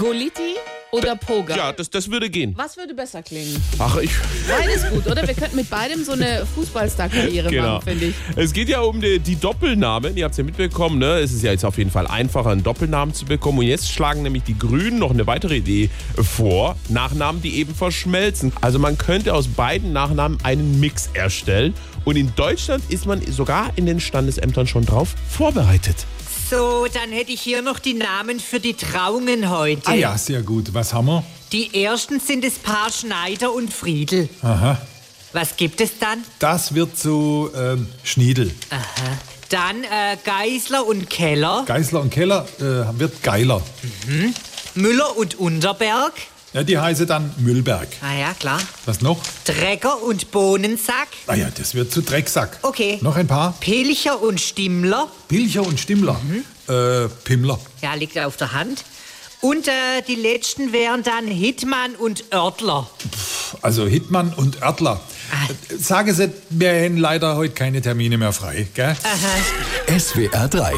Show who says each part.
Speaker 1: Goliti oder Poga?
Speaker 2: Ja, das, das würde gehen.
Speaker 1: Was würde besser klingen?
Speaker 2: Ach, ich.
Speaker 1: Beides gut, oder? Wir könnten mit beidem so eine Fußballstar-Karriere
Speaker 2: Genau.
Speaker 1: machen, finde ich.
Speaker 2: Es geht ja um die, die Doppelnamen. Ihr habt es ja mitbekommen, ne? Es ist ja jetzt auf jeden Fall einfacher, einen Doppelnamen zu bekommen. Und jetzt schlagen nämlich die Grünen noch eine weitere Idee vor. Nachnamen, die eben verschmelzen. Also man könnte aus beiden Nachnamen einen Mix erstellen. Und in Deutschland ist man sogar in den Standesämtern schon drauf vorbereitet.
Speaker 3: So, dann hätte ich hier noch die Namen für die Trauungen heute.
Speaker 4: Ah ja, sehr gut. Was haben wir?
Speaker 3: Die ersten sind das Paar Schneider und Friedel.
Speaker 4: Aha.
Speaker 3: Was gibt es dann?
Speaker 4: Das wird zu ähm, Schniedel.
Speaker 3: Dann äh, Geisler und Keller,
Speaker 4: Geißler und Keller äh, wird geiler.
Speaker 3: Müller und Unterberg.
Speaker 4: Ja, die heiße dann Müllberg.
Speaker 3: Ah ja, klar.
Speaker 4: Was noch?
Speaker 3: Drecker und Bohnensack.
Speaker 4: Naja, das wird zu Drecksack.
Speaker 3: Okay.
Speaker 4: Noch ein paar?
Speaker 3: Pilcher und Stimmler.
Speaker 4: Pilcher und Stimmler. Äh, Pimmler.
Speaker 3: Ja, liegt auf der Hand. Und äh, die letzten wären dann Hittmann und Oertler.
Speaker 4: Also Hittmann und Oertler. Äh, Sage sie, wir haben leider heute keine Termine mehr frei, gell?
Speaker 5: SWR 3.